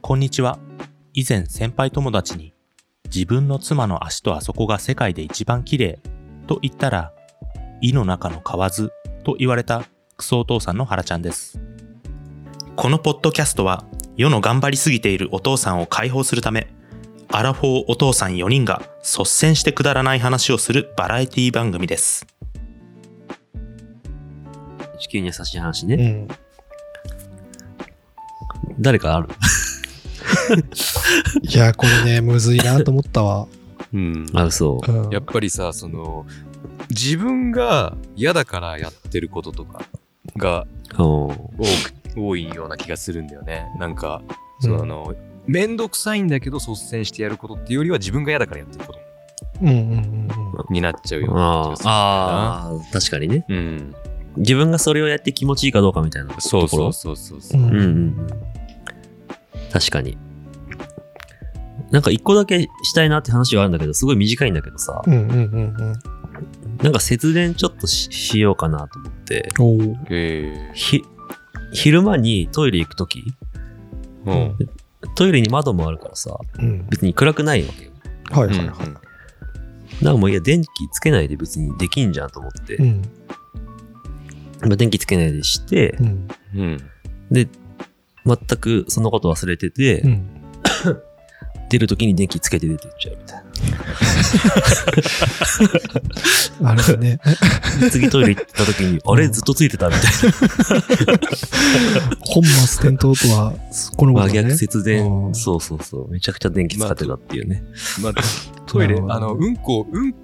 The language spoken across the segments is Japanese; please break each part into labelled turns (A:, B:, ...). A: こんにちは。以前先輩友達に自分の妻の足とあそこが世界で一番綺麗と言ったら、胃の中の蛙と言われたクソお父さんの原ちゃんです。このポッドキャストは世の頑張りすぎているお父さんを解放するため、アラフォーお父さん4人が率先してくだらない話をするバラエティ番組です。
B: 地球に優しい話
C: う
B: ね。
C: ん。
B: 誰かある
C: いや、これね、むずいなと思ったわ。
A: うん
B: あ、そ
C: うん
D: やっぱりさその自分が嫌だからやってることとかが
B: う。うん。
D: 多く多いような気がするんだよねなんか
C: う
D: そ
C: ん
D: のあの面倒くさいんだけど率先してやることっていうよりは自分が嫌だからやってること
C: うんうんうんうん。
D: になっちゃうような気
B: あ
D: が
B: ー
D: する
B: あー、確かにね。
D: うん
B: 自分がそれをやって気持ちいいかどうかみたいなとこ
D: そ
B: ろ。
D: うそうそうそう
C: う
D: そうん
B: うんうんうん。確かに。なんか一個だけしたいなって話はあるんだけど、すごい短いんだけどさ、
C: うんうんうん
B: なんか節電ちょっとししようかなと思って、
C: うん。おお。
D: え
B: ひ、昼間にトイレ行くとき、
D: えうん
B: トイレに窓もあるからさ、
C: うん。
B: 別に暗くないわけよ。
C: はいは
D: う
C: い
D: ん
C: はい。
B: なんかもういや、電気つけないで別にできんじゃんと思って
C: う、ん
B: まあ電気つけないでして
C: う、ん
D: うん
B: で、全くそのこと忘れてて、
C: うん。
B: 出るときに電気つけて出てっちゃうみたい
C: あれだね。
B: な。次トイレ行ったときに、あれずっとついてたみたいな。
C: 本末転倒とは、このこ
B: 真
C: とだ
B: 逆
C: ね。
B: 節
C: う
B: 電。
C: ん
B: そうそうそう。めちゃくちゃ電気使ってたっていうね。
D: まあトイレ
C: なる
D: あの
C: ほど
D: うんこうん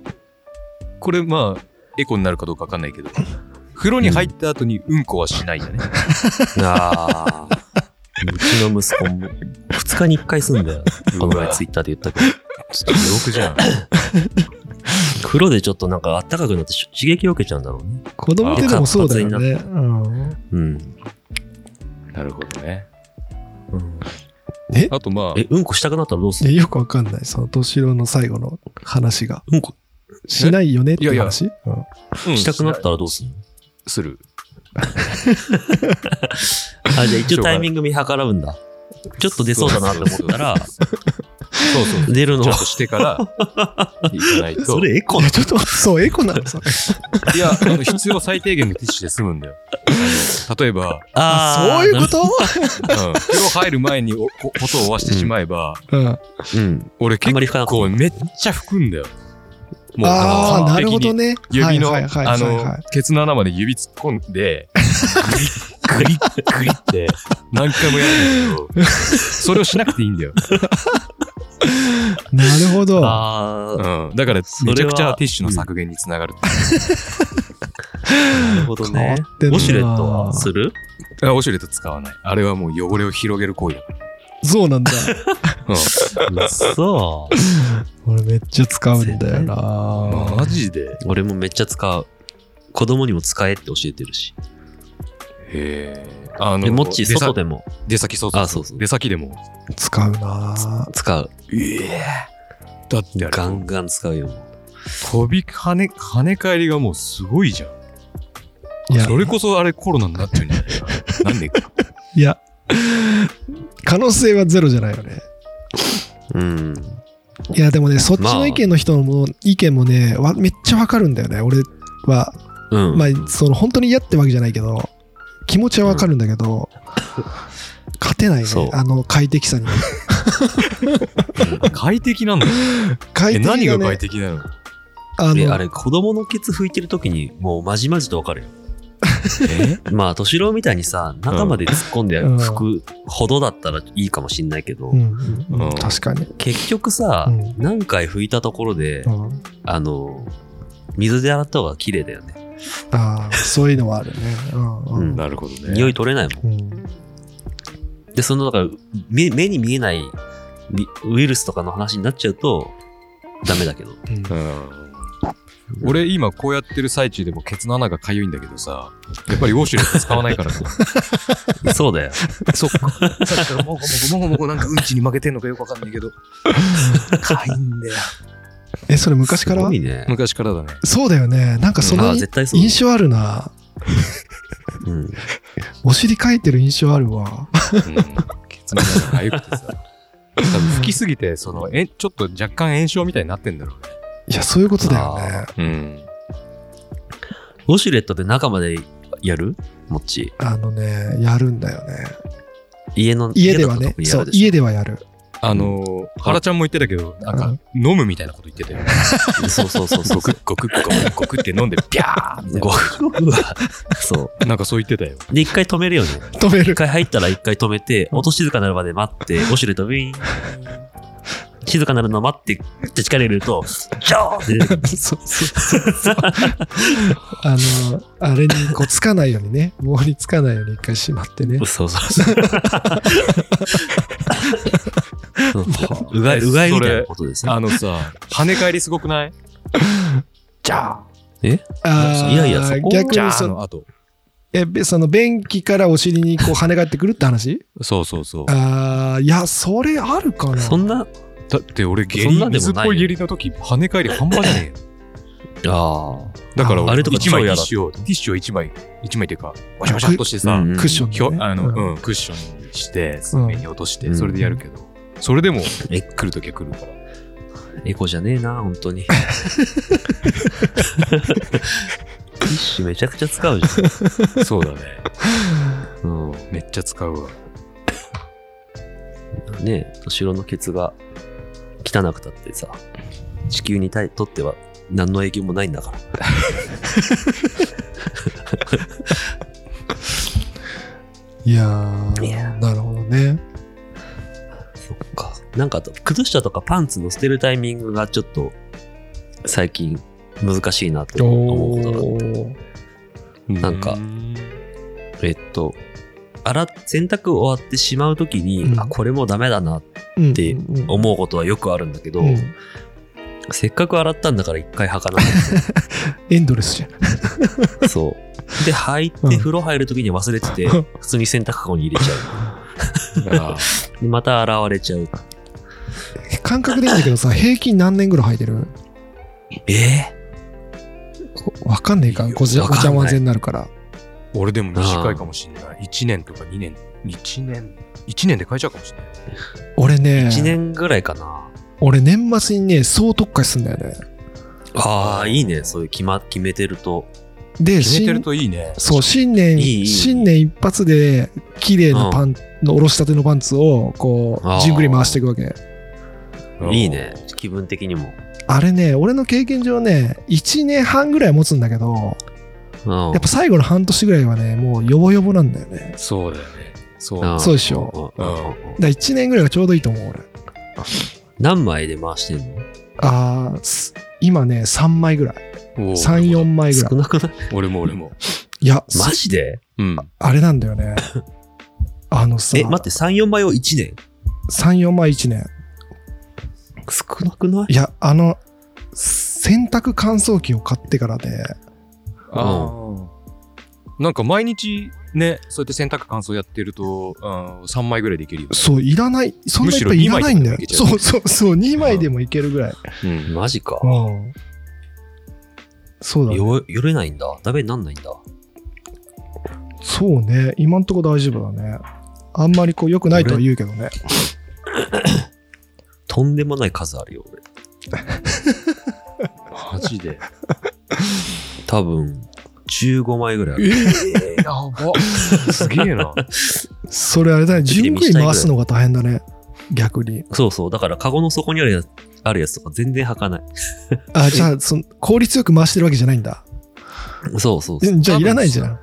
D: これまあエコになるかどうかわかんないけど風呂に入った後にうんこはしないよね
B: ああ。うちの息子も、2日に1回すんだよ。この前ツイッターで言ったけど。
D: ちょっと地獄じゃん
B: 風呂でちょっとなんか暖かくなってし刺激を受けちゃうんだろうね。
C: 子供ってでもそうだよね。うん。
B: うん。
D: なるほどね
B: うん
D: あとまあ
B: え、うんこしたくなったらどうする
C: えよくわかんない。その敏郎の最後の話が。
B: うんこ
C: しないよねって
D: いやいや
C: 話うん
D: うん
B: したくなったらどうする
D: する
B: あ、じゃあ一応タイミング見計らうんだ。ちょっと出そうだなって思ったら、
D: そうそう
B: 出るの
D: ちょ
B: は
D: っ。としてから、 行かないと。
B: れエコ
C: いやちょっと、そう、エコ なのさ。
D: いや、あの、必要最低限のティッシュで済むんだよ。あの例えば、
B: ああ。
C: そういうこと
D: うん、風呂入る前におこことを終わしてしまえば、
C: うん。
B: とうん。
D: 俺
B: あん
D: 結
B: まり深く
D: 構めっちゃ拭くんだよ。もう、
C: ああ、な
D: 完
C: る
D: 璧
C: ほど
D: に
C: ね。
D: 指の、
C: は
D: あ
C: いはいはいはいは
D: の、ケツの穴まで指突っ込んで、グリッグリッグリって何回もやるんだけど、それをしなくていいんだよ。
C: い。なるほど。
B: あ
D: うん。だから、めちゃくちゃティッシュの削減につながる。
B: あ、なるほど
C: 変わ
B: ね
C: っ。てん
B: ウ
C: な
B: ォシュレットはする
D: あオシュレット使わない。あれはもう汚れを広げる行為だか
C: そ うなんだ。
D: ら。うん。
B: そう。
C: 俺めっちゃ使うんだよな。
D: マジでへ
B: 俺もめっちゃ使う。子供にも使えって教えてるし。
D: え。あ
B: で、もっち、
D: 出
B: 外
D: 先
B: でも。
D: 出先そう
B: あ、そうそう。
D: 出先でも。
C: 使うな。
B: 使う。
D: ええ。だってあれ
B: ガンガン使うよ。
D: 飛び跳ね、跳ね返りがもうすごいじゃん。
C: いや、
D: それこそあれコロナになっちゃうんじゃないかな。なんでか。
C: いや、可能性はゼロじゃないよね。
B: うん。
C: いや、でもね、そっち
B: まあ
C: の意見の人の意見もね、わめっちゃわかるんだよね。俺は、
B: うん。
C: まあ、その、本当に嫌ってわけじゃないけど、気持ちはわかるんだけど、勝てないね
B: そう。
C: あの、快適さに。
D: 快適なんだよ。
C: 快
D: え、
C: 適
D: 何が
C: ね
D: 快適な の
C: あ
B: で、
C: の、
B: あれ、子供のケツ拭いてる時に、もうまじまじとわかるよ。
D: え
B: まあ、敏郎みたいにさ、中まで突っ込んで
C: うん
B: 拭くほどだったらいいかもしんないけど
C: う、んうんうん
D: うん
C: 確かに。
B: 結局さ
C: うん、
B: 何回拭いたところで
C: う、ん
B: あの、水で洗った方が綺麗だよね。
C: ああ、そういうのはあるね。うんう
B: うん
C: ん
D: なるほどね。
B: 匂い取れないもん。
C: うん
B: で、その、だから、目目に見えないビウイルスとかの話になっちゃうと、ダメだ けど。
C: うん
D: うん。俺今こうやってる最中でもケツの穴が痒いんだけどさ、やっぱりウォシュレット使わないからさ。
B: そうだよ。
D: そっか。さっきからもごもごもごもごなんかうんちに負けてんのかよくわかんないけど。かいんだよ。
C: え、それ昔から
B: すごいね。
D: 昔からだね。
C: そうだよね。なんかそ
B: あ
C: の
B: あ絶対そうだ
C: 印象あるな。
B: うん。
C: お尻かいてる印象あるわ。
D: うん、ケつまみながらあゆくてさ。多分吹きすぎて、その、え、ちょっと若干炎症みたいになってんだろ
C: いや、そういうことだよね。
D: うね。うん。
B: ウォシュレットで中までやるもっち。
C: あのね、やるんだよね。
B: 家の
C: 家ではね、
B: 家
C: そ
B: の
C: う
B: と、こにや
C: 家ではやる。
D: あのー、原ちゃんも言ってたけど、なんか、飲むみたいなこと言ってたよね。
B: るでしょそうそうそうそう。
D: ごくっごくっごくっごくって飲んで、ピャーみたい
B: ごごくはそ
D: な。なんかそう言ってたよ。
B: う。で、一回止めるよね。
C: 止め
B: 一
C: る。
B: 回入ったら一回止めて、音静かになるまで待って、お尻とビーン。静かになるの待って、って力入れると、ジョーって出てくる
C: そうそうそう。あの、あれにこうつかないよう にね、棒につかないように一回しまってね。
B: そうそう そう。そううがい、うがいみたいなことですね。
D: あのさ、跳ね返りすごくないじゃあ。
C: あー
B: いやいやそこ
C: 逆
D: じゃ
C: に
D: あ
C: そ
D: の
C: の
D: 後。
C: えべその便器からお尻にこう跳ね返ってくるって話
D: そうそうそう。
C: あーいや、それあるかな。
B: そんな、
D: だって俺、下
B: そんな
D: 痢、
B: んでも
D: 水っ
B: ない
D: ぽい下痢の時、跳ね返り半端じゃねえよ。
B: あ
D: だから俺、
B: あれとか
D: 一枚
B: 超
D: ティ
B: 嫌
D: ッ
B: だ
D: シュを、ティッシュを一枚、一枚っていうか、ワシャワシャっとして
B: あ。
D: さ、
C: クッション
D: ひょ
C: でね
D: あの、
C: うん
D: うん、クッションにして、
C: うん
D: 目に落として、
B: うん
D: それでやるけど、それでも、
B: え
D: 来るときは来るから。
B: エコじゃねえな、本当に。ティッシュめちゃくちゃ使うじ
D: そうだね。
B: ゃん。うん。
D: めっちゃ使うわ。
B: ねえ、後ろのケツが汚くたってさ、地球に対とっては何の影響もないんだから。
C: いやー
B: いや
C: なるほどね。
B: そっか。なんかあと、靴下とかパンツの捨てるタイミングがちょっと、最近難しいなと思うことがあってなんか
D: うーん
B: えっと、洗っ洗濯終わってしまうときに、
C: うん
B: あ、これもうダメだなって
C: ってっ
B: 思うことはよくあるんだけど、せっかく洗ったんだから一回履かない
C: エンドレスじゃん。
B: そう。で、履い
C: うん
B: て、風呂入るときに忘れてて、普通に洗濯籠に入れちゃ
D: あ
B: う。でまた洗われちゃう。
C: 感覚でいいんだけどさ、平均何年ぐらい履いてる
B: ええ
C: おわかんねえか、ごじゃ
B: わ
C: ご
B: かんない
C: ちゃ混ぜになるから。
D: 俺でも短いかもしんない。1年とか2年、1年、1年で変えちゃうかもしんない。
C: 俺ね、
B: 1年ぐらいかな。
C: 俺年末にね、総特化すんだよね。
B: ああ、いいね。そういう決,、ま、決めてると。
C: で、
D: 決めてる
C: 新
D: といいね。
C: そう、新年、
B: いいいい
C: 新年一発で、綺麗なパン、のおろしたてのパンツを、こ
B: あー
C: う、じんぐり回していくわけ。
B: いいね。気分的にも。
C: あれね、俺の経験上ね、1年半ぐらい持つんだけど、
B: うん。
C: やっぱ最後の半年ぐらいはね、もうヨボヨボなんだよね。
D: そうだよね。そう。
B: ん
C: そうでしょ
B: うんうんうん
C: だから1年ぐらいがちょうどいいと思う、俺。
B: 何枚で回してんの
C: あーす今ね、3枚ぐらい。
D: おー
C: 3、4枚ぐらい
B: 少。なくない
D: 俺も俺も。
C: いや、
B: マジで
D: うん。
C: あれなんだよね。 あのさ、
B: え、待って、3、4枚を1年
C: 3、4枚1年。
B: 少なくない
C: いや、あの、洗濯乾燥機を買ってからで、
D: あーなんか毎日ね、そうやって洗濯乾燥やってると、うん、3枚ぐらいでいけるよね。
C: そう、いらない、そんないっぱいいらないんだよ
D: む。しろ二枚
C: そうそうそう、2枚でもいけるぐらい。
D: うん
B: マジか。
C: うん。そうだね。
B: よ、よれないんだ。ダメになんないんだ。
C: そうね、今んとこ大丈夫だね。あんまりこう、良くないとは言うけどね。
B: とんでもない数あるよ、 俺。
D: マジで。
B: 多分、15枚ぐらいある。
D: えやば。 すげえな。
C: それあれだね、
B: ちょっと
C: 順繰り回すのが大変だね。逆に。
B: そうそう。だから、カゴの底にあるやつ、あるやつとか全然履かない。
C: あ、じゃあ、その効率よく回してるわけじゃないんだ。
B: そうそうそう。
C: えじゃあ、いらないじゃん。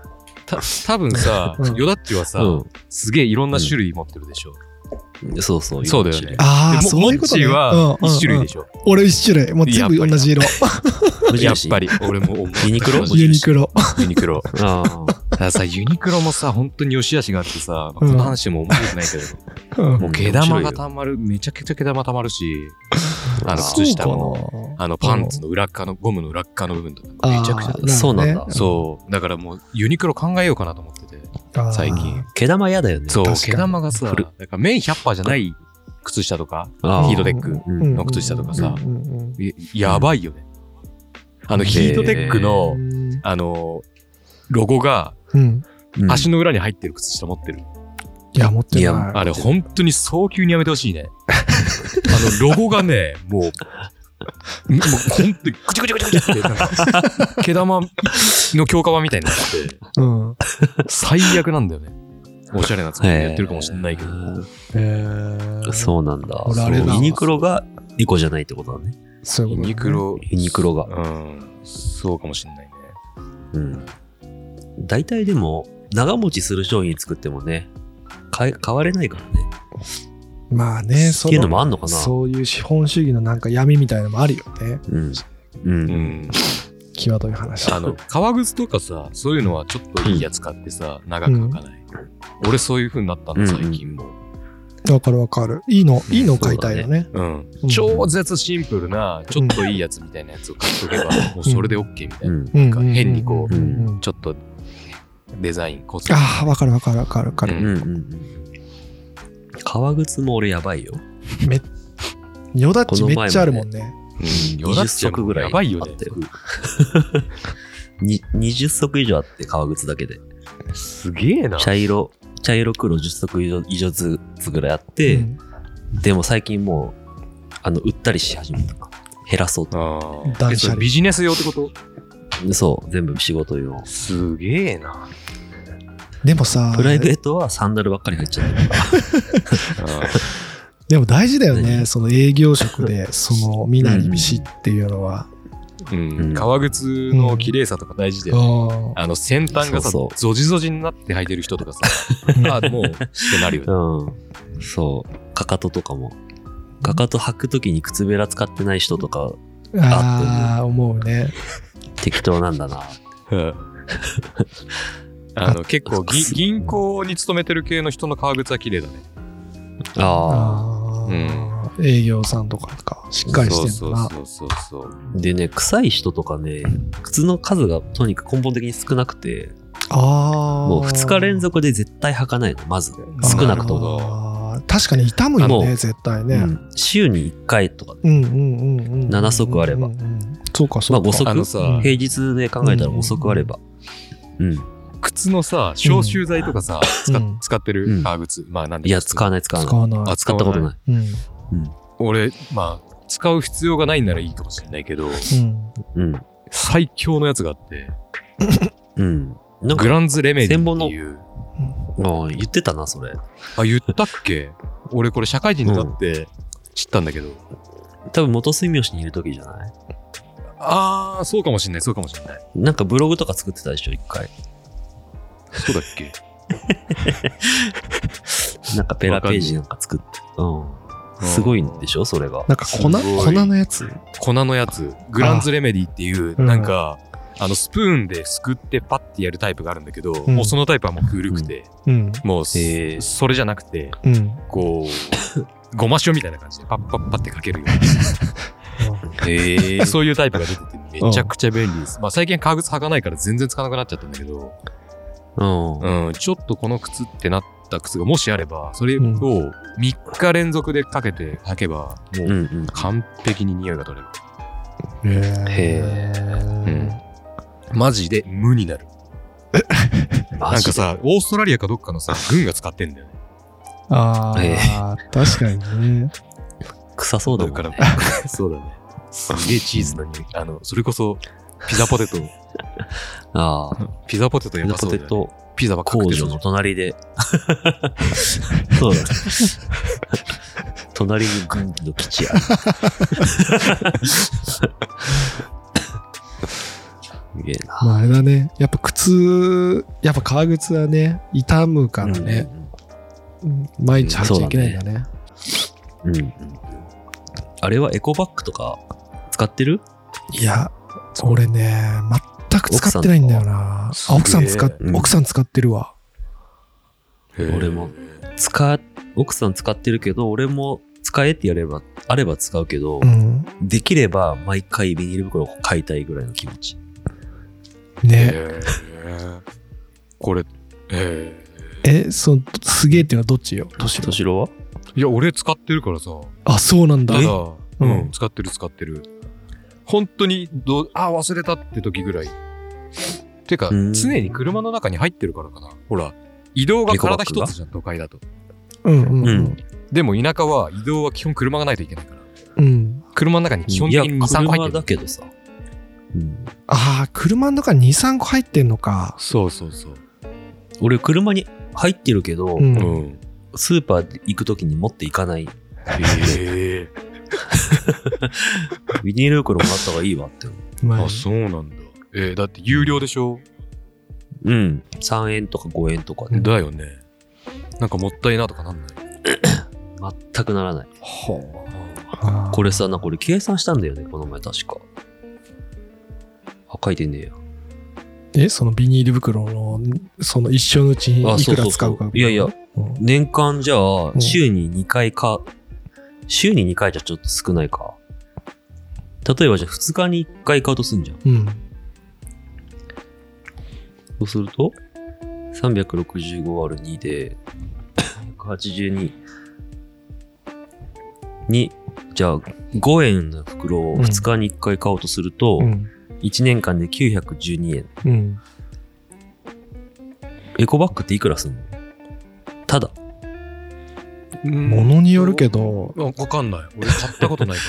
D: た多分さ
C: う、ん
D: ヨダッチはさ、すげえいろんな種類持ってるでしょ。
B: うん。そうそう。
D: そうだよね
C: あ
D: で
C: あ、
D: も
C: そういうことね。
D: モッチーは
C: うんうんうん
D: 1種類でしょ。
C: 俺一種類。もう全部同じ色。
B: 無
D: やっ
B: 印
D: ぱり、俺も思う。
B: ユニク ロ
C: ユニク ロ。
D: ユニクロ。
B: ああ。
D: たださ、ユニクロもさ、本当に良し悪しがあってさ、
C: うん
D: この話も面白くないけど、
C: うん
D: もう毛玉がたまる、めちゃくちゃ毛玉たまるし、あの、靴下も、
C: そうかな
D: あの、パンツの裏っ側の、ゴムの裏っ側の部分とか、
C: あー
D: めちゃくちゃ。
C: るほどね
B: そうなんだ
D: そう。だからもう、ユニクロ考えようかなと思ってて、
C: あー
D: 最近。
B: 毛玉嫌だよね。
D: そう、
C: 確かに
D: 毛玉がさ、
B: 古
D: なんかメイン100パーじゃない靴下とか、
B: あー
D: ヒートテックの靴下とかさ、
C: うんうんうん
D: いやばいよね。あの、
B: へー
D: ヒートテックの、あの、ロゴが
C: うん
B: うん
D: 足の裏に入ってる靴下持ってる。
C: いや、持って
B: いや
C: ない。
D: あれ、本当に早急にやめてほしいね。 あの、ロゴがね、もう、もう本当にぐちゃぐちゃぐちゃぐちゃって、なんか毛玉の強化版みたいになって、
C: うん。
D: 最悪なんだよね。 おしゃれな作りでやってるかもしれないけど。
C: えー、
B: そうなんだ。
C: 俺あれだ
B: そうユニクロがエコじゃないってことだね。
C: そういう
D: ユ
C: ことね
D: ニク。ロ、
B: ユニクロが。
D: うん、そうかもしれないね。
B: うん。大体でも、長持ちする商品作ってもね、買え買われないからね。
C: まあね、
B: っ
C: そ
B: ていうの
C: の
B: もあんのかな
C: そういう資本主義のなんか闇みたいなのもあるよね。
B: うん。うん。
D: うん。
C: 際どい話。
D: あの、革靴とかさ、そういうのはちょっといいやつ買ってさ、長く履かない。俺そういう風になったの、最近もう。
C: わかるわかる。いいの、いいの買いたいよね。
D: うん
C: うん
D: 超絶シンプルな、ちょっといいやつみたいなやつを買っとけば、もうそれで OK みた
B: ん。
D: いな。
C: うん
D: なんか変にこう
C: うんんん
D: ちょっとデザイン、コスメ。
C: ああ、わかるわかるわかるわか
D: う
C: る。
D: ん
B: うんうん。革靴も俺やばいよ。
C: めヨダッチめっちゃあるもんね。
D: うん、よだ
B: 20
D: っちゃ
B: 足ぐらい
D: やばいよ
B: あ
D: ね
B: っ。たよ。 に20足以上あって、革靴だけで。
D: すげえな。
B: 茶色、茶色黒10足以上以上ずつぐらいあって、
C: うん
B: でも最近もう、あの、売ったりし始めた。減らそうと。
D: あー
C: 断
D: え
C: 捨
D: そ
C: 離
D: れビジネス用ってこと
B: そう、全部仕事用。
D: すげえな。
C: でもさ、
B: プライベートはサンダルばっかり入っちゃってるから。
C: でも大事だよね。
B: 何
C: その営業職で、その、見ないしっていうのは。
D: うん、革靴の綺麗さとか大事だよね。
C: あ
D: あの先端がさ、
B: そうそう
D: ゾジゾジになって履いてる 人とかさ、あーもうってなるよね。
B: うん。そう。かかととかも。かかと履くときに靴べら使ってない人とか
C: ーあー、思うね。
B: 適当なんだな。
D: あの結構ぎ銀行に勤めてる系の人の革靴は綺麗だね。
B: ああ。
C: ああ、営業さんとかか、しっかりして
D: そ
C: ん
D: う
C: だな。
D: そうそうそうそう。
B: でね、臭い人とかね、靴の数がとにかく根本的に少なくて、
C: ああ。
B: もう2日連続で絶対履かないの、まず。
C: あー
B: 少なくとも。
C: あー確かに痛むよ
B: も
C: ね、
B: う
C: 絶対
B: う
C: ね。
B: ん週に1回とか、
C: うんうんうんうんうん。
B: 七足あれば
C: うんうん。そうか、そ
B: まあ
C: うか。
B: 5足、
D: あのさ
B: 平日で考えたら5足あれば。うん。
D: 靴のさ、消臭剤とかさ、使
C: うん
D: 使ってる革靴。まあなんで
B: いや、使わない、使わ
C: 使
B: ない。
C: わない。
D: あ
B: 使ったことない。
C: うん。
D: 俺、まあ、使う必要がないならいいかもしれないけど、
C: うん。
B: うん。
D: 最強のやつがあって、
B: うん。なん
D: グ
B: か、
D: ランズレメディっていう。
B: ああ言ってたな、それ。
D: あ、言ったっけ俺これ社会人になって知ったんだけど。
B: 多分元住吉にいる時じゃない
D: あー、そうかもしれない、そうかもしれない。
B: なんかブログとか作ってたでしょ、一回。
D: そうだっけ
B: なんかペラページなんか作って。うん。すごいんでしょ、それが。
C: なんか粉、粉
D: すごい
C: のやつ
D: 粉のやつ、グランズレメディっていう、
C: うん
D: なんか、あの、スプーンですくってパッてやるタイプがあるんだけど、
C: ん
D: もうそのタイプはもう古くて、
C: うん。
D: もうす、
B: へー
D: それじゃなくて、
C: うん。
D: こ う、ごま塩みたいな感じでパッパッパってかけるような。
B: へえ
D: そういうタイプが出てて、めちゃくちゃ便利です。まあ最近革靴履かないから全然つかなくなっちゃったんだけど、
B: うん。
D: うん、ちょっとこの靴ってなった靴がもしあれば、それを
C: うん
D: 3日連続でかけて履けば、も
B: うんう。
D: うん完璧に匂いが取れる。
C: へ
D: うんマジで無になる。なんかさ、オーストラリアかどっかの さ、軍が使ってんだよね。
C: あ
B: え
C: あ、確かに ね。
B: 臭そうだ
D: だ
B: もん
D: から
B: ね。、
D: そうだね。すげえチーズの匂い。あの、それこそ、ピザポテト、
B: ああ。
D: ピザポテトや
B: ピ
D: っ
B: ザ
D: ぱそ
B: ポ
D: うだ
B: テ
D: よね、
B: ト
D: ピザばっか
B: 工
D: り
B: 場の隣で。そうだね。隣に軍の基地ある。すげえな。
C: まああれだね。やっぱ靴、やっぱ革靴はね、傷むからね。うん毎日履いちゃいけないんだね。
B: うん。うん。あれはエコバッグとか使ってる
C: いや、俺ね、全く使ってないんだよな。あ奥
D: 奥
C: さ
D: さ
C: ん
D: ん
C: 使っ
D: す、
B: げえ
C: 奥さん使ってるわ。
D: へー
B: 俺も。使、奥さん使ってるけど、俺も使えってやれば、あれば使うけど、
C: うん。
B: できれば毎回ビニール袋を買いたいぐらいの気持ち。
C: ね。
D: へーこれ、へえ。
C: え、その、すげえっていうのはどっちよ年
B: 敏郎はい
D: や、俺使ってるからさ。
C: あ、そうなんだ
D: た。だ、う
C: うん
D: ん、使ってる使ってる。本当にど、あ、忘れたって時ぐらい。てか、
B: うん
D: 常に車の中に入ってるからかな。ほら、移動が
B: エコバ
D: 体
B: ッグが
D: 一つじゃん、都会だと。
C: うんうんうん。
D: でも田舎は移動は基本車がないといけないから。
C: うん、
D: 車の中に基本
B: い
D: 的
B: や、
D: に2、3個入
B: 車
D: ってる
B: だ。けどさ。うん
C: ああ、車の中に2、3個入ってんのか。
D: そうそうそう。
B: 俺、車に入ってるけど
C: う、ん。
D: うん。
B: スーパー行くときに持っていかない。
D: へえ。
B: ビニール袋もあった方がいいわって思う。
C: まあ
D: あ、そうなんだ。えー、だって有料でしょ
B: うん。3円とか5円とかで、
D: だよね。なんかもったいなとかなんない
B: 全くならない。
D: は
C: あー
B: これさ、なんか俺計算したんだよね、この前確か。あ、書いてねえや。
C: え、そのビニール袋の、その一生のうちに
B: あ、
C: いく
B: そ
C: ら使
B: ううそ
C: か
B: うそう。いやいや、
C: うん
B: 年間じゃあ
C: う、ん
B: 週に2回か、週に2回じゃちょっと少ないか。例えばじゃあ2日に1回買うとすんじゃん。
C: うん。
B: そうすると、365割る2で、182。に、じゃあ5円の袋を2日に1回買おうとすると、
C: うん。
B: 1年間で912円。
C: うん。
B: エコバッグっていくらすんのただ。
D: あ。
C: ものによるけど、
D: わわかんない。俺買ったことないか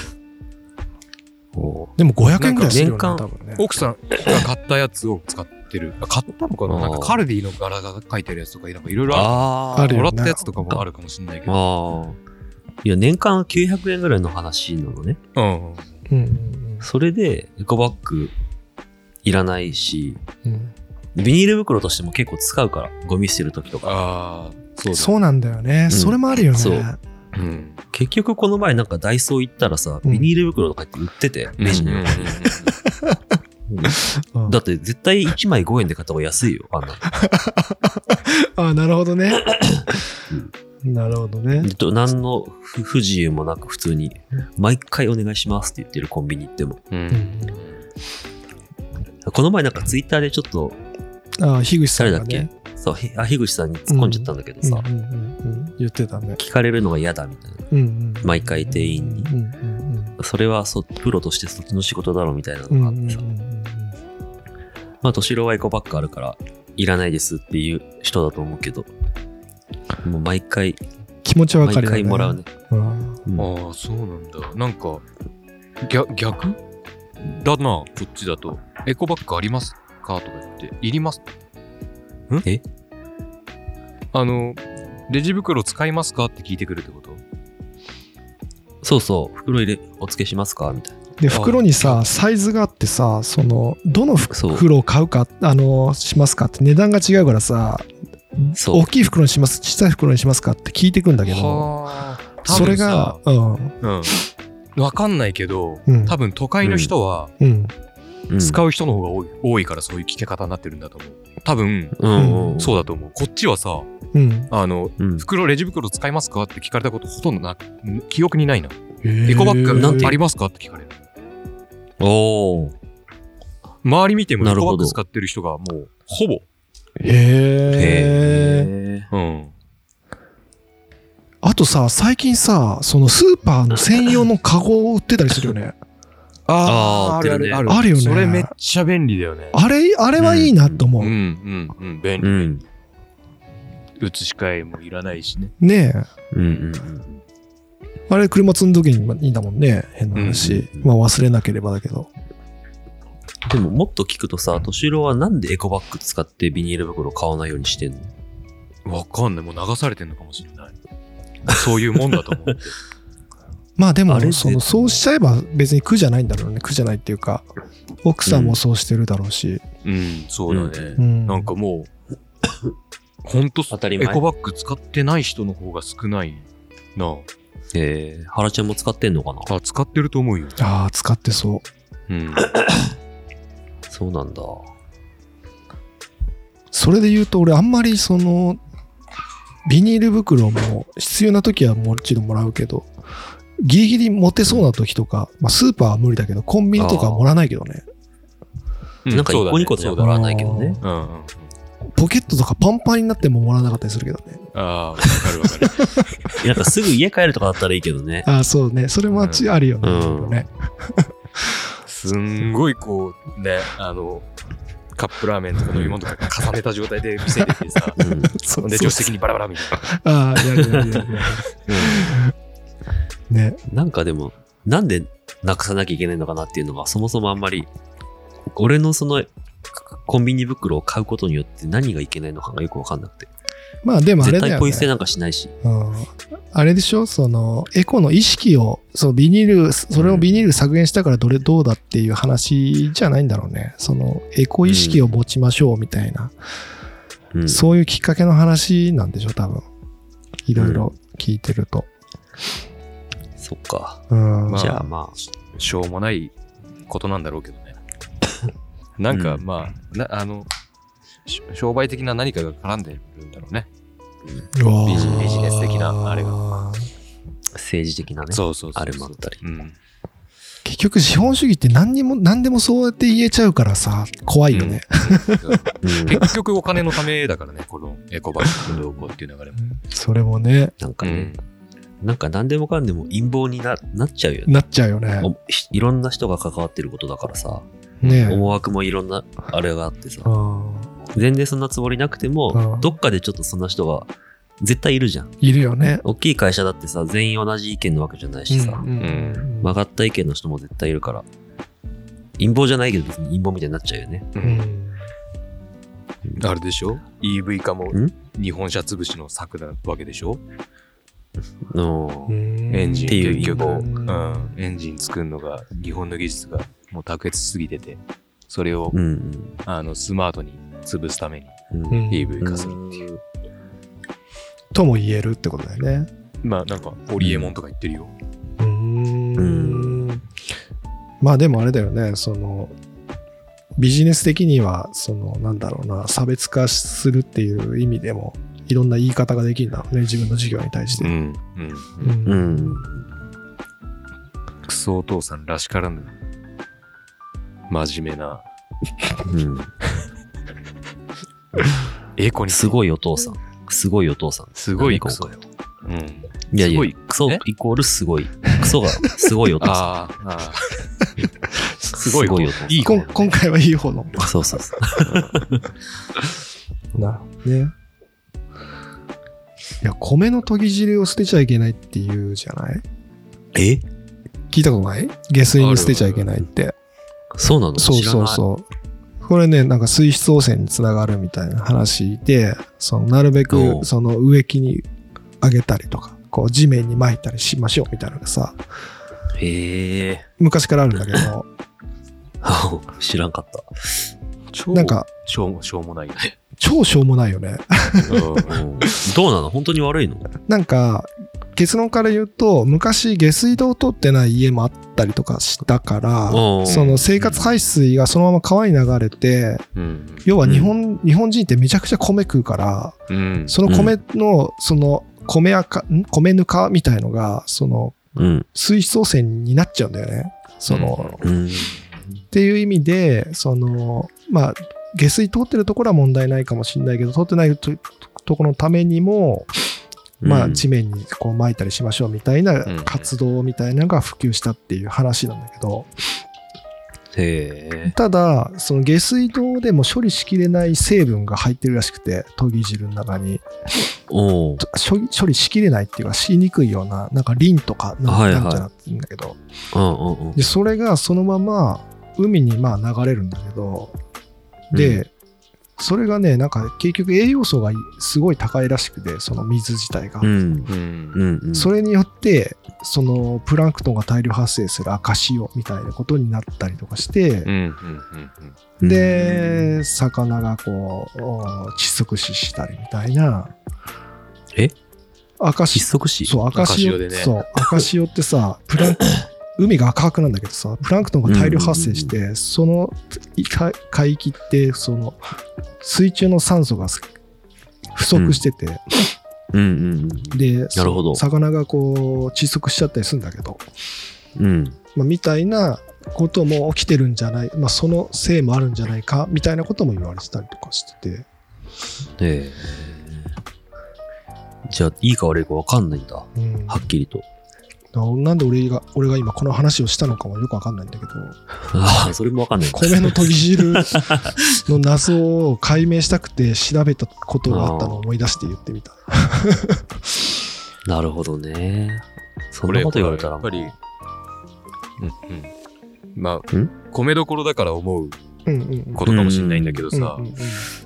C: でも500円ぐらいするよね、
B: なんか
C: 多分ね
D: ら。。奥さんが買ったやつを使ってる。あ買ったのかな
B: あー
D: なんかカルディの柄が書いてあるやつとか、なんかいろいろあ
B: あ
C: あ
D: る。
C: る
D: も
C: よ
D: ら
C: ね
D: ったやつとかもあるかもしれないけど。
B: ああ。いや、年間900円ぐらいの話なのね。
D: うんうん。
C: うんうん
B: それで、エコバッグいらないし、
C: うん
B: ビニール袋としても結構使うから、ゴミ捨てる時とか。
D: ああ、そ
C: うん。
D: うだ。
C: そうなんだよね。それもあるよね。
B: そう
D: うん。
B: 結局この前なんかダイソー行ったらさ、
C: うん
B: ビニール袋とかって売ってて、レジの横に。
C: うん
B: だって絶対1枚5円で買った方が安いよ、あんなの。
C: ああ、なるほどね。なるほどね。
B: でと何の不不自由もなく普通に、毎回お願いしますって言ってるコンビニ行っても。
D: うん。う
C: うんん
B: この前なんかツイッターでちょっと、
C: ああ、樋口さん
B: 誰だ
C: が
B: っけ
C: ね。
B: そう、ひあ、樋口さんに突っ込んじゃったんだけど
C: うん
B: さ、
C: うんうんうん言ってたね。
B: 聞かれるのが嫌だみたいな。
C: うんうん
B: 毎回店員に
C: うんうん
B: それはそプロとしてそっちの仕事だろうみたいな
C: うんう
B: のがあっ
C: んうん
B: てさ、まあ敏郎はエコバッグあるからいらないですっていう人だと思うけどもう毎回
C: 気持ちはわ
B: 毎
C: かるよね。
B: 回もらうね
C: うん。
D: ああ、そうなんだ。なんか、逆逆だな、こっちだと。エコバッグありますかとか言って、いります
B: え
D: あの、レジ袋使いますかって聞いてくるってこと
B: そうそう袋入れお付けしますかみたいな
C: で、袋にさ、サイズがあってさ、その、どの
B: そう
C: 袋を買うか、あの、しますかって値段が違うからさ、
B: そう
C: 大きい袋にします、小さい袋にしますかって聞いてくんだけど、
D: はあ。
C: それが、うん、
D: 多分さ、うん。わかんないけど、
C: うん
D: 多分都会の人は
C: うん、
B: うん
D: 使う人の方が多い,、多いからそういう聞け方になってるんだと思う。多分、
B: うんうん
D: そうだと思う。こっちはさ、
C: うん。
D: あの、
B: うん
D: 袋、レジ袋使いますかって聞かれたことほとんどな、記憶にないな。エ
C: エ
D: コバッ
B: なんて
D: グありますかって聞かれる。
B: おお
D: 周り見ても
B: な
D: エ
B: る
D: コバ
B: ほ
D: ッ
B: ど
D: グ使ってる人がもうほぼ、
C: へえ。
D: うん、
C: あとさ、最近さ、そのスーパーの専用のカゴを売ってたりするよ ね。
B: あーあるあるあ
C: るあるよね
D: それめっちゃ便利だよね
C: あれ、あれはいいなと思
D: うんう
C: う。
D: んうん便
B: う
D: 利
B: ん
D: 移し替えもいらないしね
C: ねえ。
B: うんうん
C: あれ、車積んどきにいいんだもんね。変な話。
B: うん
C: まあ、忘れなければだけど。
B: でももっと聞くとさ敏郎はなんでエコバッグ使ってビニール袋買わないようにしてんの
D: わかんないもう流されてんのかもしれないそういうもんだと思う
C: まあ、で
B: あれ
C: も、そ
B: 絶対
C: の、そうしちゃえば別に苦じゃないんだろうね。苦じゃないっていうか、奥さんもそうしてるだろうし。
D: うんそうだね
C: う、ん。
D: なんかもう ほんと
B: 当たり
D: エ
B: 前
D: コバッグ使ってない人の方が少ないな
B: えー、原ちゃんも使ってんのかな
D: あ使ってると思うよ、
C: ああ、使ってそ
D: うん、
B: そうなんだ
C: う。それで言うと、俺、あんまり、その、ビニール袋も必要な時はもちろんもらうけど、ギリギリ持てそうな時とか、まあ、スーパーは無理だけど、コンビニとかはもらわないけどね。
B: なんか一個二個じゃ
D: そう
B: も
D: だ
B: ら
D: ね
B: わないけどね。
D: うんうんうん
C: ポケットとかパンパンになってももらわなかったりするけどね。
D: ああーわかるわかる
B: なんかすぐ家帰るとかだったらいいけどね。
C: ああ、そうね。それもあっちあるよね。
B: うん
C: ね
D: すんごいこうねあのカップラーメンとか飲み物とか重ねた状態で店に出て さ、
B: うん
C: そ
D: ほんで助手席にバラバラみたいな。
C: ああ、やるやるや るやる。ね。
B: なんかでも、なんでなくさなきゃいけないのかなっていうのが、そもそもあんまり、俺のその、コンビニ袋を買うことによって何がいけないのかがよくわかんなくて。
C: まあでもあれ
B: 絶
C: だ
B: 対
C: よ
B: ポイ
C: ね
B: 捨。てなんかしないし。
C: うんあれでしょその、エコの意識を、そう、ビニール、それをビニール削減したからどれどうだっていう話じゃないんだろうね。その、エコ意識を持ちましょうみたいな、
B: うん
C: そういうきっかけの話なんでしょ多分。いろいろ聞いてると。
B: そっか。
C: うん。
D: まあ
B: じゃあまあ、
D: しょうもないことなんだろうけど ね。なんか、
B: うん
D: まあ、なあの、し商売的な何かが絡んでるんだろうね。ビジビジネス的なあれ
C: が。
B: 政治的なね、
D: そうそうそうそう。
B: あれもあったり。
D: うん。
C: 結局、資本主義って何にも、何でもそうやって言えちゃうからさ、怖いよね。
B: うん
D: 結局お金のためだからね、 このエコバッグ動向っていう流れも。
C: それもね、
B: なんかね、なんか何でもかんでも陰謀にななっちゃうよね。
C: なっちゃうよね。
B: おひいろんな人が関わってることだからさ、
C: ねえ。
B: 思惑もいろんなあれがあってさ、
C: うん
B: 全然そんなつもりなくて
C: う
B: も
C: ん、
B: どっかでちょっとそんな人が絶対いるじゃん。
C: いるよね。
B: 大きい会社だってさ、全員同じ意見なわけじゃないしさ、
C: うん
D: ん
B: 曲がった意見の人も絶対いるから、陰謀じゃないけど別に陰謀みたいになっちゃうよね。
D: う。
C: うんん
D: あれでしょ ?EV 化も
B: ん
D: 日本車潰しの策なわけでしょ
B: の
D: エンジン
B: っていう
D: 結局、
B: 陰
D: うん、エンジン作るのが日本の技術がもう卓越しすぎててそれを、
B: うんうん
D: あのスマートに潰すために
B: うん
C: うん
D: EV 化する、
B: うん
C: とも言えるってことだよね。
D: まあなんかホリエモンとか言ってるよ、
C: うんまあでもあれだよね、その、ビジネス的には、その、なんだろうな、差別化するっていう意味でも、いろんな言い方ができるんだろうね、自分の事業に対して。
D: ん
C: うん
B: うん。
D: クソお父さんらしからぬ真面目な
B: うん
D: エコに
B: すごいお父さん。すごいお父さん。
D: すごい
B: ク
D: ク
B: ソ
D: ソ
B: よ。
D: うん
B: いやい
D: す
B: や
D: ごい、
B: クソ
D: え
B: イコールすごい。クソがすごいお父さ
D: あーあ
B: ん。
D: すごい
B: すごいお父さん。
D: いい
C: こん今回はいい方の。
B: そうそうそう。
C: なるほどね。いや、米の研ぎ汁を捨てちゃいけないって言うじゃない
B: え
C: 聞いたことない下水に捨てちゃいけないって。
B: そうなの
C: そうそう
B: う。
C: そう。これね、なんか水質汚染につながるみたいな話で、そのなるべ
B: お
C: く
B: う
C: その植木にあげたりとか、こう地面に撒いたりしましょうみたいなのがさ、
B: へえ。
C: 昔からあるんだけど、
B: 知らんかった。
D: ー超
C: なんか
D: しょうもしょうもないよね、
C: 超しょうもないよね。
B: うんどうなの本当に悪いの
C: なんか結論から言うと、昔下水道を取ってない家もあったりとかしたから、
B: おう
C: その生活排水がそのまま川に流れて、
D: うん
C: 要は日本、日本人ってめちゃくちゃ米食うから、
D: うん
C: その米の、その米あか、ん米ぬかみたいのが、その
B: うん。
C: 水質汚染になっちゃうんだよね。その、
B: うん。
C: っていう意味で、その、まあ、下水通ってるところは問題ないかもしれないけど、通ってないとところのためにも、
B: う
C: まあ、
B: ん
C: 地面にこう撒いたりしましょうみたいな
D: うん
C: 活動みたいなのが普及したっていう話なんだけど、
B: へえ。
C: ただ、その下水道でも処理しきれない成分が入ってるらしくて、研ぎ汁の中に。
B: おう
C: と処理処理しきれないっていうかしにくいようななんかリンとかなん
B: はいはい
C: なんちゃらって言うんだけど、
B: うんうんうん。
C: でそれがそのまま海にまあ流れるんだけどで、
B: う
C: それがねなんか結局栄養素がいすごい高いらしくてその水自体が、
B: うん。
D: うん
B: うんうん。
C: それによってそのプランクトンが大量発生する赤潮みたいなことになったりとかして、
D: うんうんうんうん
B: うん、
C: で魚がこうお窒息死したりみたいな
B: え
C: 赤潮
B: 窒息死
C: そう、赤
D: 赤
C: 潮
D: 潮でね
C: そう、赤潮っ てさ、プラン海が赤くなんだけどさ、プランクトンが大量発生して、そのいか海域って、その水中の酸素が不足してて、
B: うんうん
C: で、
B: なるほど
C: そ魚がこう窒息しちゃったりするんだけど、
B: うん。うん。
C: まあ、みたいなことも起きてるんじゃない、まあ、そのせいもあるんじゃないかみたいなことも言われてたりとかしてて、
B: へえ。じゃあ、いいか悪いか分かんないんだ。
C: うん
B: はっきりと。
C: だからなんで俺が、俺が今この話をしたのかもよくわかんないんだけど、
B: ああ、それもわかんない。
C: 米の研ぎ汁の 謎を解明したくて調べたことがあったのを思い出して言ってみた。
B: なるほどね。そ
D: こ
B: んな
D: れ
B: こと言われたら
D: やっぱり、うんうん。まあ
B: ん、
D: 米どころだから思う
C: うんうんうん
D: ことかもしれないんだけどさ、
C: うんうんうん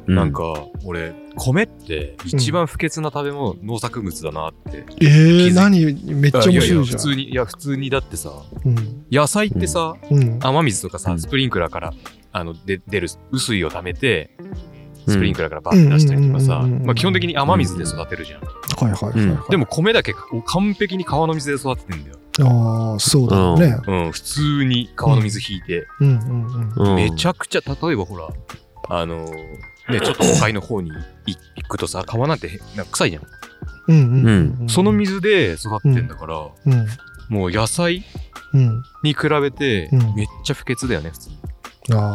D: なん、か、俺、米って一番不潔な食べ物、農作物だなって。
C: え
D: づい
C: ー、何めっちゃ
D: い
C: 面
D: やい
C: 白い
D: や、普
C: じゃん。
D: 通に、いや、普通にだってさ、
C: うん
D: 野菜ってさ、
C: うん
D: 雨水とか
B: う
D: さ、
B: ん
D: スプリンクラーから、あの、で出る雨水を溜めて、
B: うん
D: スプリンクラーからバッて出したりとか
C: うん
D: さ、
C: うんうんうんうん
D: まあ基本的に雨水で育てるじゃん。
C: はいはいはいはい。
D: でも米だけこう完璧に川の水で育ててんだよ。
C: ああ、そうだよね。
D: うん、普通に川の水引いて、
C: うんうんうん。
B: うん
D: めちゃくちゃ、例えばほら、あのー、ね、ちょっと都会の方に行行くとさ、川なんてへなんか臭いじゃん。
C: うんうんうんうん。
D: その水で育ってんだから、
C: うん
D: もう野菜
C: うん。
D: に比べて
C: うん、
D: めっちゃ不潔だよね、普通に。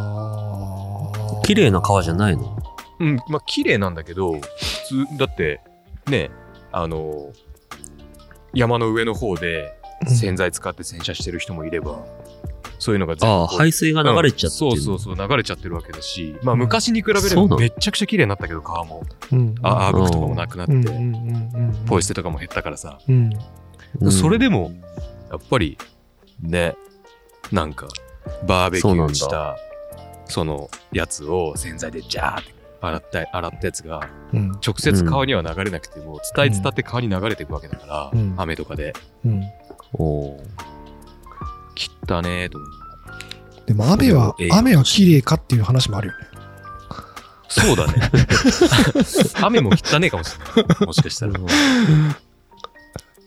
C: ああ。
B: 綺麗な川じゃないの
D: うん、まあ綺麗なんだけど、普通、だって、ね、あのー、山の上の方で
C: うん
D: 洗剤使って洗車してる人もいれば、そういうのが全部
B: ああ、
D: こう
B: 排水が流れちゃってる、
D: うんそうそうそう流れちゃってるわけだしまあ
C: うん
D: 昔に比べれ
B: そうな
D: ば
B: の
D: めちゃくちゃ綺麗になったけど川も
C: うん。
D: あアーブクとかもなくなっ
C: うんうん
D: て
C: うんうん。
D: ポイ捨てとかも減ったからさ
C: うん。
B: うん。
D: それでもやっぱりねなんかバーベキューしたそのやつを洗剤でジャーって洗った洗ったやつが
C: うん。
D: 直接川には流れなくても伝え伝って川に流れていくわけだから
C: うん
D: 雨とかで
C: うん。
B: おー
D: 切ったねーと思って
C: でも雨は
D: ええ、
C: 雨は綺麗かっていう話もあるよね。
D: そうだね雨も汚ねえかもしれないもしかしたら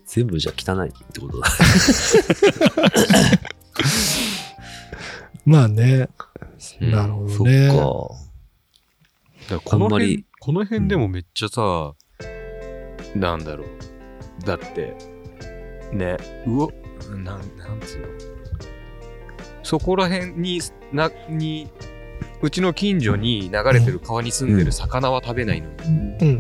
B: 全部じゃ汚いってことだ。
C: まあね。
D: うん
C: なるほどね。
B: そっか。
D: だから
B: あ
D: この
B: んま
D: 辺
B: り
D: この辺でもめっちゃさ、なんだろうだってねうおなんなんつうのそこら辺になにうちの近所に流れてる川に住んでる魚は食べないのに、
C: う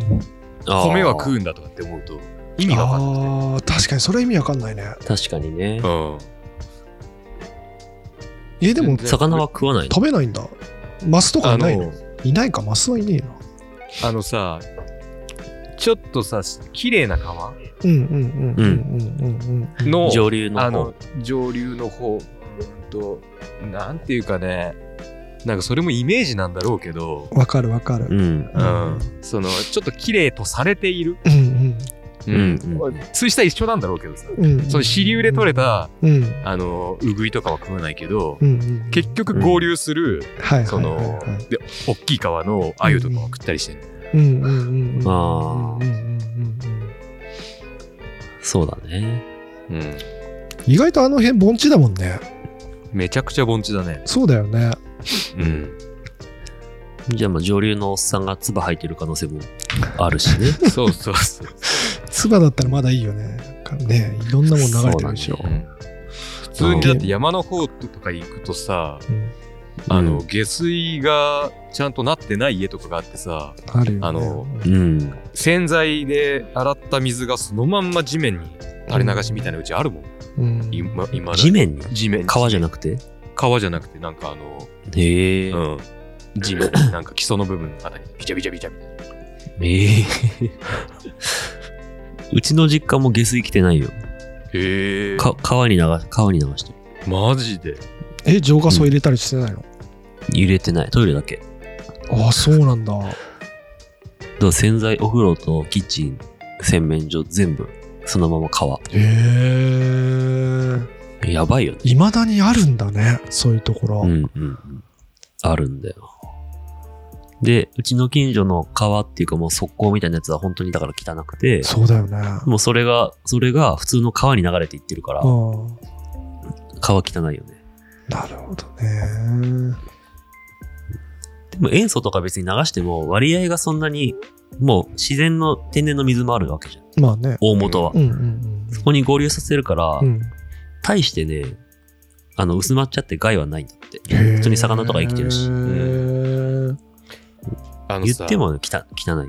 C: ん。
B: あー
D: 米は食うんだとかって思うと意味が分かんない
C: ああ、確かにそれ意味わかんないね。
B: 確かにね。
D: うん
C: え、でも
D: 全然
B: 魚は食わないの
C: 食べないんだ。マスとか
D: あ
C: いないの
D: の
C: いないか、マスはいねえな。
D: あのさちょっとさ綺麗な川
C: うんうんうんうんうんうんうん。
D: の
B: 上流の方
D: あの上流の方うんとなんていうかねなんかそれもイメージなんだろうけど、
C: わかるわか
B: う
C: る。
B: ん。
D: うん、そのちょっと綺麗とされている、
C: うん
B: うん
D: 水質は一緒なんだろうけどさ、
C: うんうん。
D: その支流で取れた
C: うん
D: あのうぐいとかは食わないけど、
C: うんうん。
D: 結局合流する、
C: はいはいはいはい、
D: その、で大きい川のアユとかは食ったりしてる、
C: うんうんうん
B: あー
C: うん。うんうんうんうん
B: そうだね。
D: うん、
C: 意外とあの辺盆地だもんね。
D: めちゃくちゃ盆地だね、
C: そうだよね。
D: うん、
B: じゃあまあ上流のおっさんが唾吐いてる可能性もあるしね。
D: そうそうそう、
C: つばだったらまだいいよね。なんかねいろんなもん流れてるでしょ
B: そう。
D: うん普通にだって山の方とか行くとさ、
C: うん
D: あの、
B: う
D: 下水がちゃんとなってない家とかがあってさ、
C: あるよね。
D: あの
B: うん。
D: 洗剤で洗った水がそのまんま地面に垂れ流しみたいなうちあるもん。
C: うん、
D: 今、今だ
B: 地面に
D: 地面
B: 川じゃなくて
D: 川じゃなくて、なんかあの、
B: へえ。
D: うん。地面、なんか基礎の部分のあたり、ビチャビチャビチャみたいな。
B: ええ うちの実家も下水来てないよ。
D: へえ。
B: か川に流川に流してる。
D: マジで。
C: え、浄化槽入れたりしてないの、
B: 揺れてない。トイレだけ。だか
C: ああ、そうなんだ。
B: ら洗剤、お風呂とキッチン、洗面所全部、そのまま川。
C: へえ。
B: やばいよね。
C: いまだにあるんだね。そういうところ。
B: うんうんうん。あるんだよ。で、うちの近所の川っていうかもう側溝みたいなやつは本当にだから汚くて、
C: そうだよね。
B: もうそれが、それが普通の川に流れていってるから、
C: うん。
B: 川汚いよね。
C: なるほどね。
B: でも塩素とか別に流しても割合がそんなに、もう自然の天然の水もあるわけじゃん。
C: まあね。
B: 大元は。
C: うんうん
B: そこに合流させるから、
C: うん。うん、
B: 大してね、あの、薄まっちゃって害はないんだって。
C: へえ
B: 普通に魚とか生きてるし
C: へえ
D: あの
B: 言
D: さ
B: って、も、ね、汚汚いよね。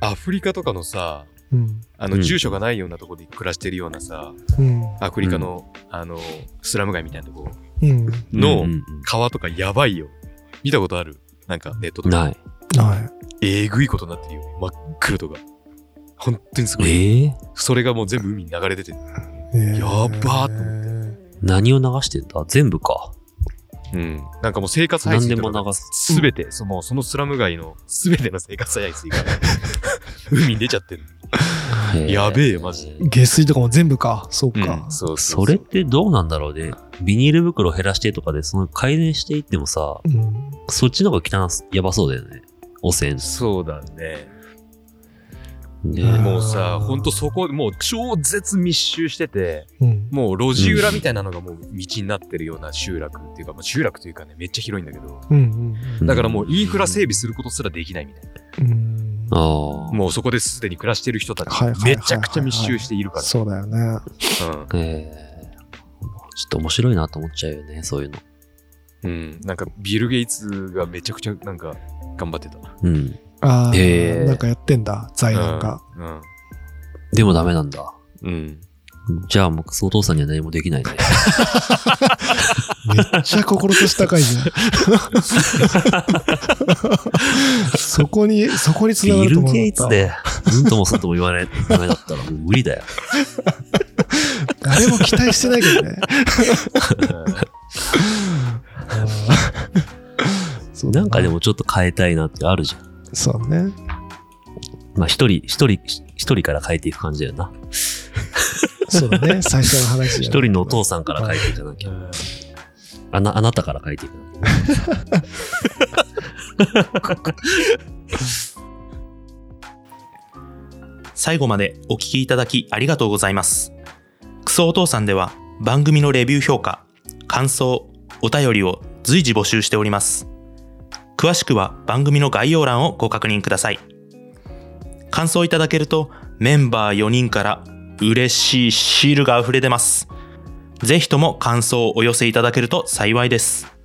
D: アフリカとかのさ、
C: うん。
D: あ
B: う
D: の
B: ん
D: 住所がないようなとこで暮らしてるようなさ
C: うん。
D: アフリカの,、あのスラム街みたいなとこ
C: うん。
D: の
B: うんうん
D: 川とかやばいよ見たことあるなんかネット
B: う
D: と
B: ん
D: か
B: ない。
C: はい。
D: えぐいことになってるよ真っ黒とか本当にすごい
B: ええ
D: それがもう全部海に流れ出てる
C: え
D: やばーと
C: 思
B: 何を流してんだ全部か。
D: うんなんかもう生活排
B: 何で
D: 水と
B: も
D: かが
B: 流す。
D: すべて、そのそのスラム街のすべての生活排 水が海に出ちゃってる。
B: へえ
D: やべえよマジで。
C: 下水とかも全部か。そうか。
D: そう
B: それってどうなんだろうね。ビニール袋を減らしてとかで、その改善していってもさ、
C: うん。
B: そっちの方が汚す、やばそうだよね。汚染。
D: そうだね。
C: うん
B: ね
D: もうさ、ほんとそこ、もう超絶密集してて、
C: うん。
D: もう路地裏みたいなのがもう道になってるような集落っていうか、まあ、集落というかね、めっちゃ広いんだけど、
C: うん。
D: だからもうインフラ整備することすらできないみたいな。
C: うん。
B: ああ。
D: もうそこですでに暮らしてる人たち
C: はいはい、はい
D: めちゃくちゃ密集しているか
C: そうだよね。
D: ら。うん
B: ええちょっと面白いなと思っちゃうよね、そういうの。
D: うん。なんかビル・ゲイツがめちゃくちゃなんか頑張ってた。
B: うん。
C: あ
B: へ
C: あ、
B: ー
C: なんかやってんだ、財団が。
D: うん。
B: でもダメなんだ。
D: うん。
B: じゃあもう、クソお父さんには何もできないね。
C: めっちゃ志高いじゃん。そこに、そこにつ
B: ビ
C: ながると
B: ル・
C: 思
B: ゲ
C: う
B: イツで、うんともすんとも言われダメだったらもう無理だよ。
C: 誰も期待してないけどね。そうだ
B: なんかで、もちょっと変えたいなってあるじゃん。
C: そうね。
B: まあ一人、一人、一人から変えていく感じだよな。
C: そうだね。最初の話。
B: 一人のお父
C: さ
B: さんから変えていかなきゃ。あな、あなたから書いていく。
A: 最後までお聞きいただきありがとうございます。クソお父さんでは番組のレビュー評価、感想、お便りを随時募集しております。詳しくは番組の概要欄をご確認ください。感想いただけるとメンバー4人から嬉しいシールが溢れ出ます。ぜひとも感想をお寄せいただけると幸いです。